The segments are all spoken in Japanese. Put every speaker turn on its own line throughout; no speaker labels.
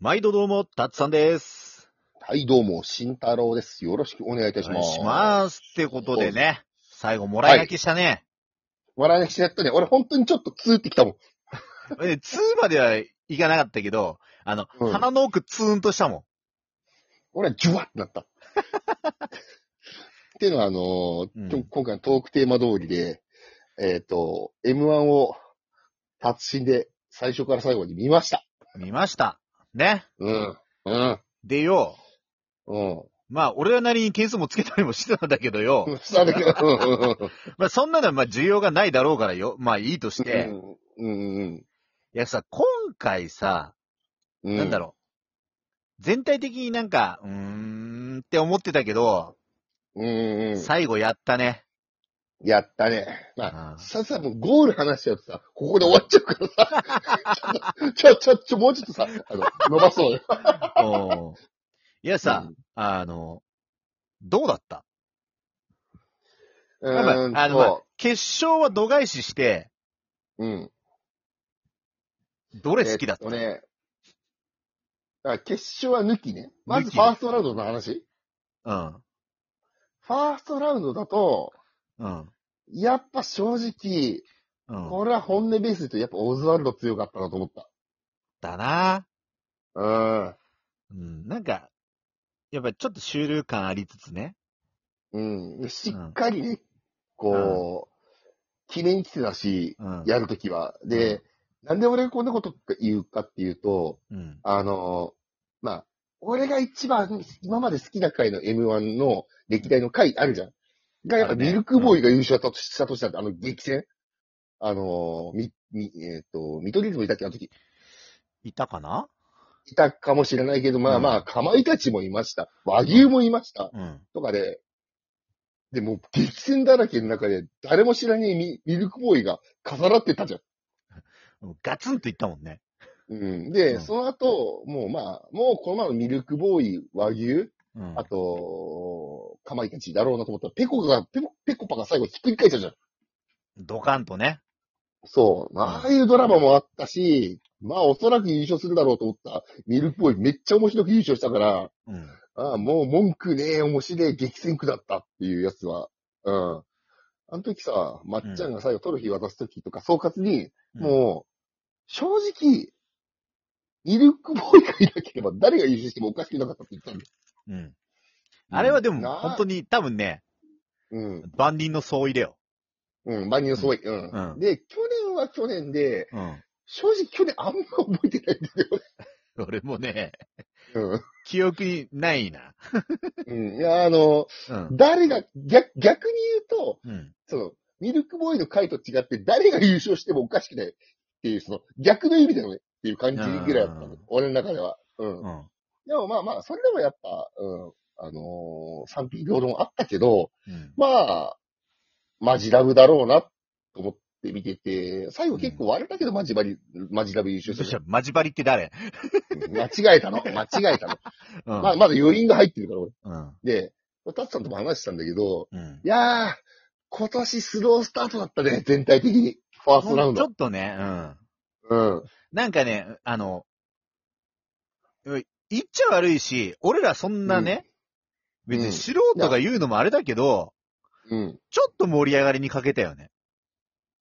毎度どうも、たつさんです。
はい、どうも、慎太郎です。よろしくお願いいたし
お願
ま
い
す。
します。ってことでね、最後もらい泣きしたね。
笑いなしやったね。俺本当にちょっとツーってきたもん。
え2まで はいかなかったけど、あの、
うん
鼻の奥ツーンとしたも
俺はジュワってなった。 っていうのは、あのーちょ
うん
今回のトークテーマ通りで、えっ、と、M1 を達人で最初から最後に見ました。
ん。見ました。ね。
うん。うん。
でよ、
うん。
まあ、俺なりに点数もつけたりもしてたんだけどよ。
そうだけど、うんう んうん
まあ、そんなのはまあ、需要がないだろうからよ。まあ、いいとして。い
うんうん
やさ、今回さ、
うん。
なんだ
ろ
ろう。全体的になんか、うーんって思ってたけど、
う。うんうんうん。
最後やったね。
やったね。まあ、
うん
ささ、もうゴール話しちゃうとさ、ここで終わっちゃうからさ、 ちょ、ちょ、ちょ、もうちょっとさ、あの、伸ばそうよ。
おーいやさ、あの、どうだった
うん、
まあまあ
うん
あの、まあ決勝は度外視して、
うん。
どれ好きだった、
えっとね。だから決勝は抜きね。まず
抜き
ファーストラウンドの話。
うん。
ファーストラウンドだと、
うん。
やっぱ正直、
うん。
これは本音ベースで言うとやっぱオズワルド強かったなと思った。
だな
うん。
うん。なんか、やっぱりちょっとシュール感ありつつね。
うん。しっかりね、こう、記念来てたし、
うん。
やるときは。で、なんで俺がこんなこと言うかっていうと、
うん。
あの、まあ、俺が一番今まで好きな回の M1 の歴代の回あるじゃん。が、やっぱミルクボーイが優勝したとしたとしたら、あの激戦あの、み、み、えっ、と、見取り図もいたっけあの時、
いたかない
たかもしれないけど、まあまあ、かまいたちもいました。和牛もいました。
うん。
とかで、で、もう激戦だらけの中で、誰も知らねえミミルクボーイが重なってたじゃん。
ガツンといったもんね。
うん。で、
うん
その後、もうまあ、もうこのままミルクボーイ、和牛、
うん。
あと、かまいたちだろうなと思ったら、ペコが、ペコ、ペコパが最後ひっくり返っちゃうじゃん。
ドカンとね。
そう。
ん
ああいうドラマもあったし、まあおそらく優勝するだろうと思った。ミルクボーイめっちゃ面白く優勝したから、
うん。
ああ、もう文句ねえ、面白い激戦区だったっていうやつは。うん。あの時さ、まっちゃんが最後トロフィー渡す時とか、総括に、もう、正直、ミルクボーイがいなければ誰が優勝してもおかしくなかったって言ったんだよ。
うん。うん。あれはでも、
な
本当に多分ね、
うん。
万人の総入れよ。
うん、万人のすごい。うん。
うん
で、去年は去年で、
うん。
正直去年あんま覚えてないんだよ
俺もね、
ね。
記憶にないな。
うん。うん。いや、あの、
うん。
誰が、逆、逆に言うと、
うん。
その、ミルクボーイの回と違って、誰が優勝してもおかしくないっていう、その、逆の意味だよねっていう感じぐらいだった
う
の
ん。
俺の中では。うん。
うん。
でもまあまあ、それでもやっぱ、うん。あのー賛否両論あったけど、
うん。
まあ、マジラブだろうな、と思って見てて、最後結構割れたけど、マジバリ、マジラブ優勝
そ
す
し
る
た。ら、マジバリって誰
間違えたの間違 えたの。
うん。
まあ、まだ余韻が入ってるから、俺。
うん。
で、タツさんとも話してたんだけど、
うん。
いやー、今年スロースタートだったね、全体的に。ファーストラウン
ちょ
ド。
っとね、うん。
うん。
なんかね、あの、う言っちゃ悪いし、俺らそんなね、
うん
別に素人が言うのもあれだけど、
うん。
ちょっと盛り上がりに欠けたよね。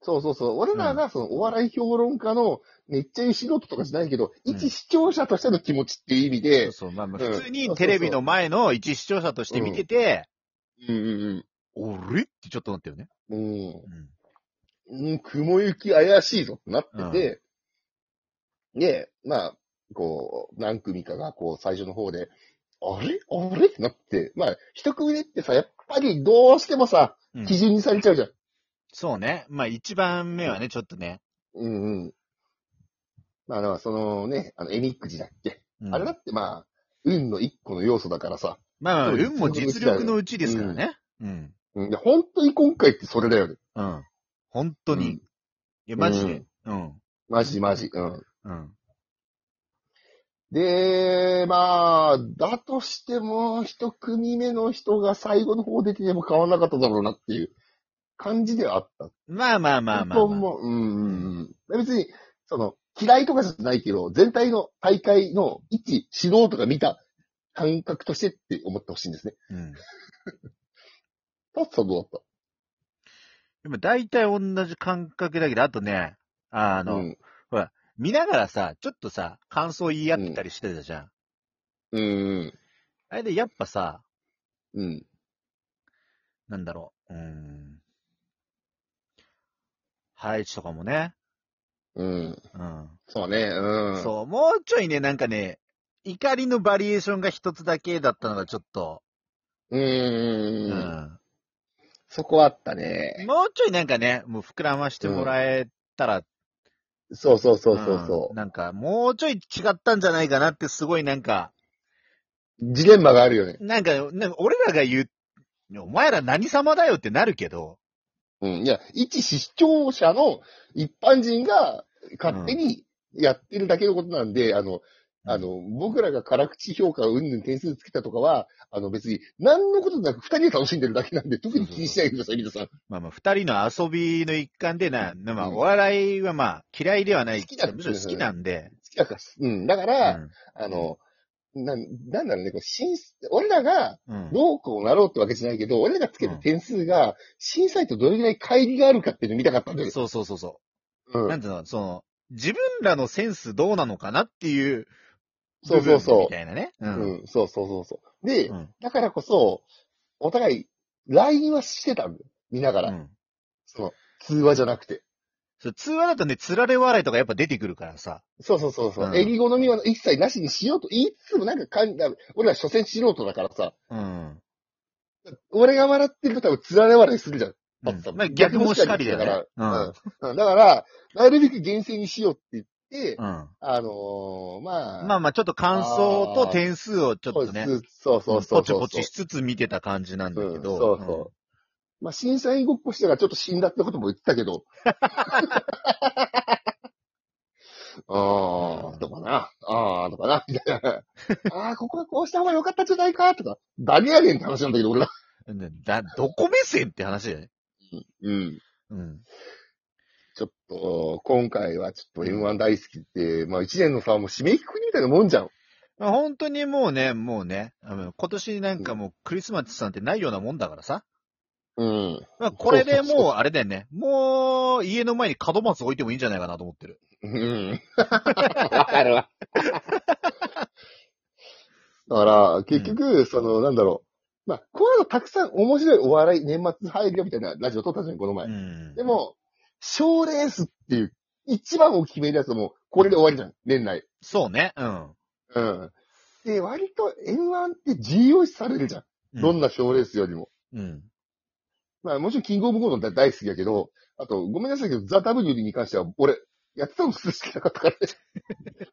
そうそうそう。俺らが、その、お笑い評論家の、めっちゃいい素人とかじゃないけど、
うん
一視聴者としての気持ちっていう意味
そ
で
う、そう、まあまあ
うん
普通にテレビの前の一視聴者として見てて、
うんうん
おれってちょっとなったよね。
うん。うん
うん。
うん、雲行き怪しいぞってなってて、で、まあ、こう、何組かが、こう、最初の方で、あれあれってなって、まあ、一組でってさ、やっぱりどうしてもさ、
うん
基準にされちゃうじゃん。
そうね。まあ一番目はね、ちょっとね。
うんうん。まあ、だからそのね、あの、エミックジだっけ、
うん
あれだってまあ、運の一個の要素だからさ、
まあまあ、
そうです
運も実力のうちですからね。うん。
うん、で本当に今回ってそれだよね。
うん。本当
うん
に。いや、マジ
う
で。うん。
マジマジ。うん。
うん。
で、まあ、だとしても、一組目の人が最後の方出てても変わらなかっただろうなっていう感じではあった。
まあまあまあまあまあ。
本当もう、うんうんうん。別に、その、嫌いとかじゃないけど、全体の大会の一指導とか見た感覚としてって思ってほしいんですね。
うん。
パッツさんどうだっ
でも大体同じ感覚だけど、あとね、あ
た
の、
うん。
見ながらさ、ちょっとさ、感想言い合ったりしてたじゃん。
うん。
あれでやっぱさ、
うん。
なんだろう、うーん。配置とかもね、
うん。
うん。
そうね。うん。
そう、もうちょいね、なんかね、怒りのバリエーションが一つだけだったのがちょっと、
う。。
うん
そこはあったね。
もうちょいなんかね、もう膨らましてもらえたら、
そうそうそうそうそ
んなんか、もうちょい違ったんじゃないかなってすごいなんか、
う。ジレンマがあるよね。
なんか、なんか俺らが言う、お前ら何様だよってなるけど、
うん。いや、一視聴者の一般人が勝手にやってるだけのことなんで、あの、あの、僕らが辛口評価、うんぬん点数つけたとかは、あの別に、何のことなく二人で楽しんでるだけなんで、特に気にしないでください、皆さん。
まあまあ、二人の遊びの一環でな、まあ、
うん
お笑いはまあ、嫌いではない。
好きだって
むしろ好きなんで。
だから、うん、だか
う
ら、
ん。
あの、なん、なんだろうね、こう、審査、俺らが、
うん。
どうこうなろうってわけじゃないけど、俺らがつけた点数が、審査員とどれぐらい乖離があるかっていうの見たかったんだよ。
そうそうそうそうう。
ん
な。んていうの、その、自分らのセンスどうなのかなっていう、
そうそうそう
部分みたいなね。う。
うんん、そうそうそうそう。で、
うん
だからこそ、お互い、LINE はしてたんだよ。見ながら。
うん。
その、通話じゃなくて。
そう通話だとね、つられ笑いとかやっぱ出てくるからさ。
そうそうそうそう、
うん
襟好みは一切なしにしようと言いつつもなんかかん、俺ら所詮素人だからさ、
うん。
俺が笑ってると多分つられ笑いするじゃん。
う
パッ
ん
ツさん
まあ、逆もしかりだ
だか
よ
ら
ね。、うん。
うんうんだから、なるべく厳正にしようって言って、
うん。
あのー、まあ、
まあまあ、ちょっと感想と点数をちょっとね、
そうそうそうそうそう。
ポチポチしつつ見てた感じなんだけど。
うんそうそう。まあ、審査員ごっこしてたからちょっと死んだってことも言ってた けど。ああ、とかな。ああ、とかな。 みたいな。ああ、ここはこうした方が良かったじゃないか、とか。誰やねんって話なんだけど、俺ら。
うんだ、どこ目線って話だよね。
うん。
うん。
ちょっと、今回はちょっと M1 大好きって、まあ一年のさ、もう締めくくりみたいなもんじゃん。
まあ、本当にもうね、もうね、あの今年なんかもうクリスマスなんてないようなもんだからさ。
うん。
まあ、これで
そうそう
もう、あれだよね。もう、家の前に門松置いてもいいんじゃないかなと思ってる。
うん。わかるわ。だから、結局、その、なんだろう。まあ、こういうのたくさん面白いお笑い、年末入るよみたいなラジオ撮ったじゃん、この前。
うん。
でも、賞レースっていう、一番を決めるやつはもう、これで終わりじゃん、年内。
そうね。うん。
うん。で、割と M1 って重要視されるじゃん。どん
な、
な賞レースよりも。
うん。
まあ、もちろんキングオブコント大好きだけど、あと、ごめんなさいけど、ザ・ W に関しては、俺、やってたの好きなかったからね。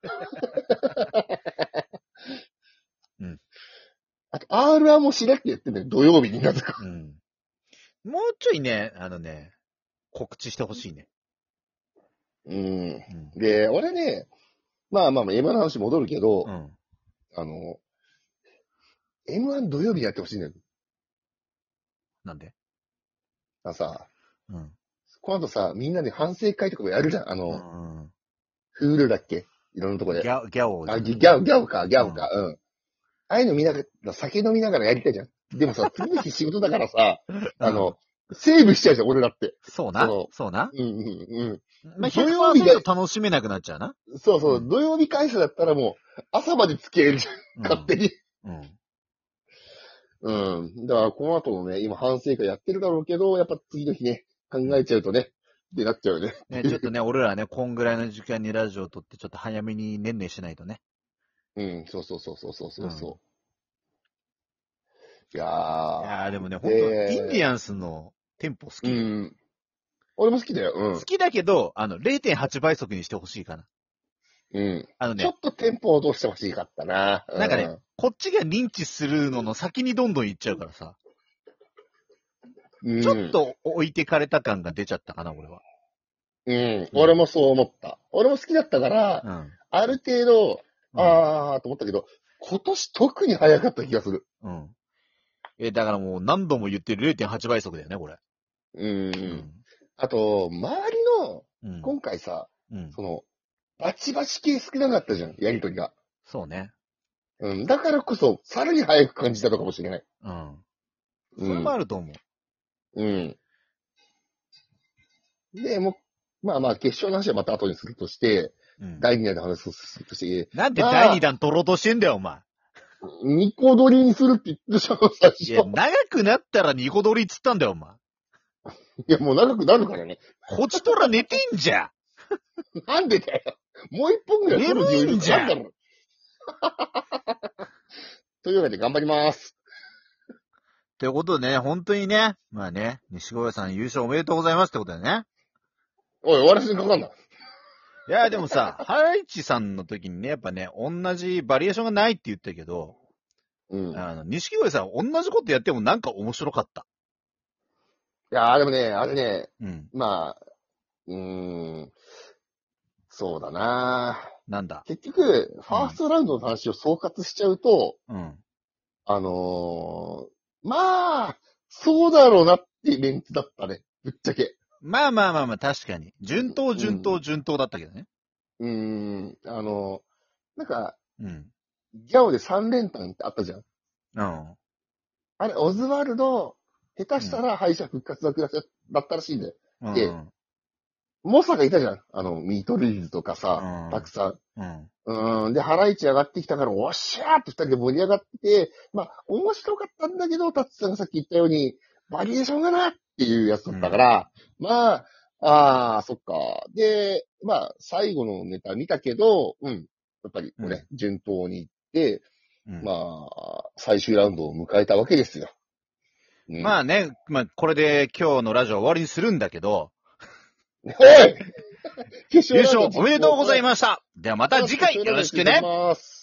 うん。
あと、R1 もしれってやってんだよ、土曜日になぜか。
うん。もうちょいね、あのね、告知してほしいね。
うん。
うん。
で、俺ね、まあまあまあ、M1 の話戻るけど、
うん。
あの、M1 土曜日にやってほしいんだよ。
なんで
あのさ、
うん。
この後さ、みんなで反省会とかもやるじゃん。あの、
うん。
フールだっけいろんなとこで。
ギャギャオ
あ、ギギャオ、ギャオか、ギャオか、うん。ああいうの見ながら、酒飲みながらやりたいじゃん。でもさ、次の日仕事だから さ、あの、セーブしちゃうじゃん、俺だって。
そうな
そ。
そうな。
うんうん
まあ、
土曜日が
100%楽しめなくなっちゃうな。
うん。そうそうう、土曜日会社だったらもう、朝まで付き合えるじゃん、
うん
勝手に。
うん。
うん。だから、この後のね、今反省会やってるだろうけど、やっぱ次の日ね、考えちゃうとね、ってなっちゃうよね。
ね、ちょっとね、俺らね、こんぐらいの時間にラジオを撮って、ちょっと早めにねんねんしないとね。
うん、そうそうそうそうそうそう
う
そう。いや
い
ー、
やーでもね、ほんと、イ
えー
ンディアンスのテンポ好き。
うん。俺も好きだよ、
好きだけど、あの、0.8倍速にしてほしいかな。
うん。うん。
あの
ちょ
ね
っ、とテンポを落としてほしかったな。う
なんかね、こっちが認知するのの先にどんどん行っちゃうからさ、
うん、
ちょっ。と置いてかれた感が出ちゃったかな、俺は。
うん。俺もそう思った。俺も好きだったから、
うん。うん
ある程度、あーと思ったけど、今年特に早かった気がする。
うん。え、だからもう何度も言ってる0.8倍速だよね、これ。
う。。
うん
あと、周りの、
うん。
今回さ、
うん。
その、バチバチ系少なかったじゃん、やりとりが。
そうね。
うん。だからこそ、さらに早く感じたのかもしれない。
うん。それ
うん
も。あると思う。
うん。で、もう、まあまあ、決勝の話はまた後にするとして、
うん。
第2弾の話をするとして、
なんで
まあ
第2弾取ろうとしてんだよ、お前。
2個取りにするって言ってしまう最
いや、
初。
長くなったらニコ取りっつったんだよ、お前。
いや、もう長くなるからね。
こちとら寝てんじゃ
なんでだよ。もう一本ぐらい取る余
眠いん
裕
じゃん
なんだろう。 というわけで頑張ります。
ということでね、本当にね、まあね、西小屋さん優勝おめでとうございますってことだよね。
おい、終わらせにかかんな。
いや、でもさ、ハライチさんの時にね、やっぱね、同じバリエーションがないって言ったけど、
うん。い
あの、西小屋さん同じことやってもなんか面白かった。
やーでもね、あれね、
うん。
まあ、うーん、そうだな
なんだ。
結局、ファーストラウンドの話を総括しちゃうと、
うん。
あのー、まあ、そうだろうなってメンツだったね。ぶっちゃけ。
まあまあまあまあ、確かに。順当、順
う
当、順当だったけどね。
うーん、あのー、なんか、
うん。
ギャオで3連単ってあったじゃん。
うん。
あれ、オズワルド、下手したら敗者復活の暮らしだったらしいんだよ。
うん。
でモサがいたじゃん。あの、ミートリーズとか
う
さ、
ん
たくさん。
うん。
うーん。で、ハライチ上がってきたから、おっしゃーって二人で盛り上がってて、まあ、面白かったんだけど、タッツさんがさっき言ったように、バリエーションがなっていうやつだったから、まあ、ああ、そっか。で、まあ、最後のネタ見たけど、うん。やっぱり、これ、順当にいって、
うん
まあ、最終ラウンドを迎えたわけですよ。うん
まあね、まあ、これで今日のラジオ終わりにするんだけど、
おい 決
優勝おめでとうござい
す。
ました。ではまた次回よろしくね。
お願いします